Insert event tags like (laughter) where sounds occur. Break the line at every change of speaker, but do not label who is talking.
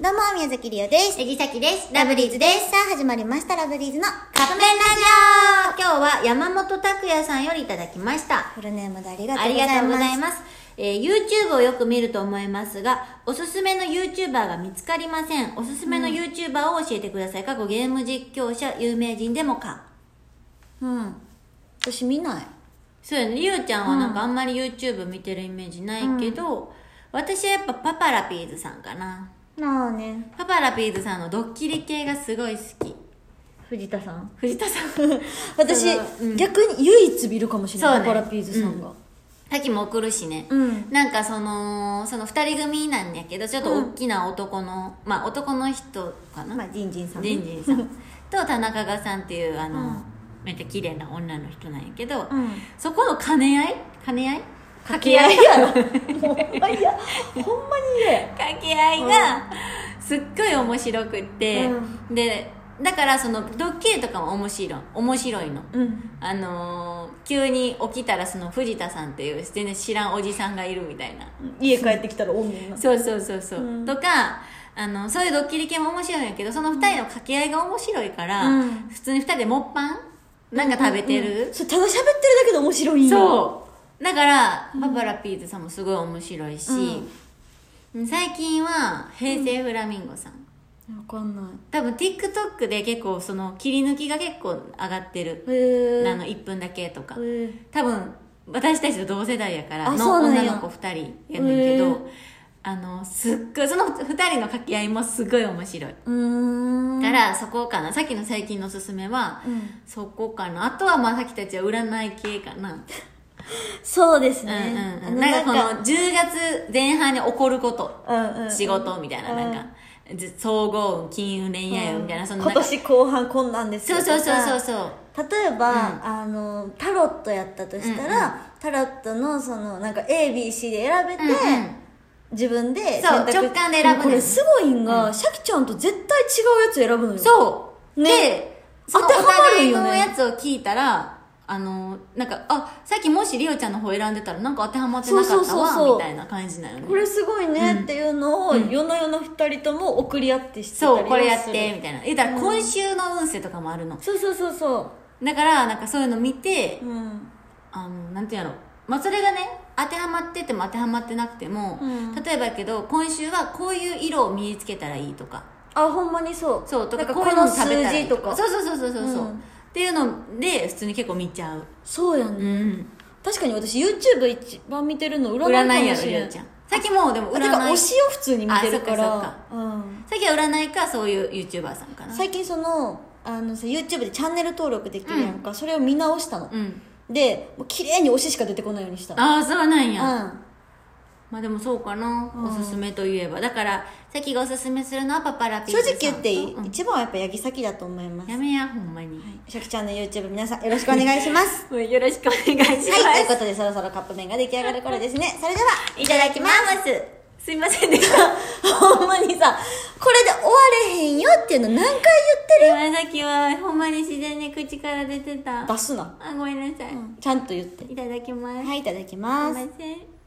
どうも、宮崎りおです。
杉崎です。。
ラブリーズですす。さあ、始まりました、ラブリーズの
カップ麺ラジオ今日は山本拓也さんよりいただきました。
フルネームでありがと
あ
うご
り
ざいます。
がとうございます。えー YouTube をよく見ると思いますが、おすすめの YouTuber が見つかりません。おすすめの YouTuber を教えてください。過去ゲーム実況者、有名人でもか。
うん。私見ない。
そうやね。りおちゃんはなんかあんまり YouTube 見てるイメージないけど、私はやっぱパパラピーズさんかな。
なあね。
パパラピーズさんのドッキリ系がすごい好き。
藤田さん。
藤田さん。
(laughs) 私、
うん
逆に唯一見るかもしれない。
そうね
パラピーズさんが。
さっきも送るしね、
うん
なんかそのその2人組なんやけどちょっと大きな男の、まあ男の人かな、
まあ、ジンジンさんね。
ジンジンさん
(laughs)
と田中賀さんっていうあの、
うん
めっちゃ綺麗な女の人なんやけど、
うん
そこの兼ね合い兼ね合い
掛け合いやな。ほんま嫌。ほんまに嫌や。
掛け合いがすっごい面白くって、でだからそのドッキリとかも面白い面白いの、
うん。
あのー急に起きたらその藤田さんっていう全然知らんおじさんがいるみたいな
家帰ってきたらおんねんな。
そうそうそうそう、
うん
とかあのそういうドッキリ系も面白いんやけどその2人の掛け合いが面白いから、
うん
普通に2人でもっぱんなんか食べてる、
うんそう、ただ喋ってるだけで面白いんよ
そうだから、パパラピーズさんもすごい面白いし、最近は平成フラミンゴさん、
わかんな
多分 TikTok で結構その切り抜きが結構上がってる、
い。へ
あ
え。
の1分だけとか、
へえ。
多分私たちと同世代やから
あ
の
そうなんや
女の子2人やねんけ
へ
ど
ー
あのすっごいその2人の掛け合いもすごい面白いう
ーん。
からそこかなさっきの最近のおすすめは、
うん
そこかなあとはまあさっきたちは占い系かな、
そうです
うん
ね。
うんうん、なんかこ
こ
の10月前半に起こること、
の、うんうん、
仕事みたいななんか、ず総合運金運恋愛運みたいな、そのな
今
んか
年後半こんなんです
そう
よ
そうそうそう
と
そう
か例えば、あのタロットやったとしたら、タロットのそのなんか ABC で選べて、
うんうん
自分で
そ
選
う
択
直感で選ぶねん
これすごいんが、シャキちゃんと絶対違うやつ選ぶのよ
そう、
ね
でその
当てはまるよね
お互いのやつを聞いたらあのなんかあさっきもしりおちゃんの方選んでたらなんか当てはまってなか
そう
った
そう
わ
そうそう
みたいな感じなのね
これすごいねっていうのを、夜な夜な二人とも送り合ってしてたりは
そ
す
う
る
これやってみたいな言ったら今週の運勢とかもあるの、
そうそうそうそ
だからなんかそういうの見て
ううん
あのなんていうんやろまあそれがね当てはまってても当てはまってなくても、
うん
例えばやけど今週はこういう色を身につけたらいいとか
あほんまにそう
そうとか
なん
こう
こ
いうの
の
を食べ
数
たらい
字
い
とか
そうそうそうそうそうそう
うん
っていうので普通に結構見ちゃう
そうやね、
うん
確かに私 YouTube 一番見てるの占い
占い
か
や
も
ろ
し
り
れ
お
ん
ちゃんさっきもうでも
あてか
占
推
い
しを普通に見てるから
あそっか
うん、
さっきは占いかそういう YouTuber さんかな
最近そのあのさ YouTube でチャンネル登録できるやんか、それを見直したの、
うん
でもう綺麗に推ししか出てこないようにした
ああそうなんや、
うん
まあでもそうかな、
うん
おすすめといえばだからさっきがおすすめするのはパパラピー
正
ズさん
直言っていい、
うん
一番はやっぱ八木咲だと思います
やめやほんまに、
シャキちゃんの YouTube 皆さんよろしくお願いします
(laughs) もうよろしくお願いします、
はいということでそろそろカップ麺が出来上がる頃ですねそれではいただきます (laughs)
すすいませんでした
ほんまにさこれで終われへんよっていうの何回言ってる
今さっきはほんまに自然に口から出てた
出すな、
あごめんなさい、
ちゃんと言って
いただきます、
はいいただきます
すいません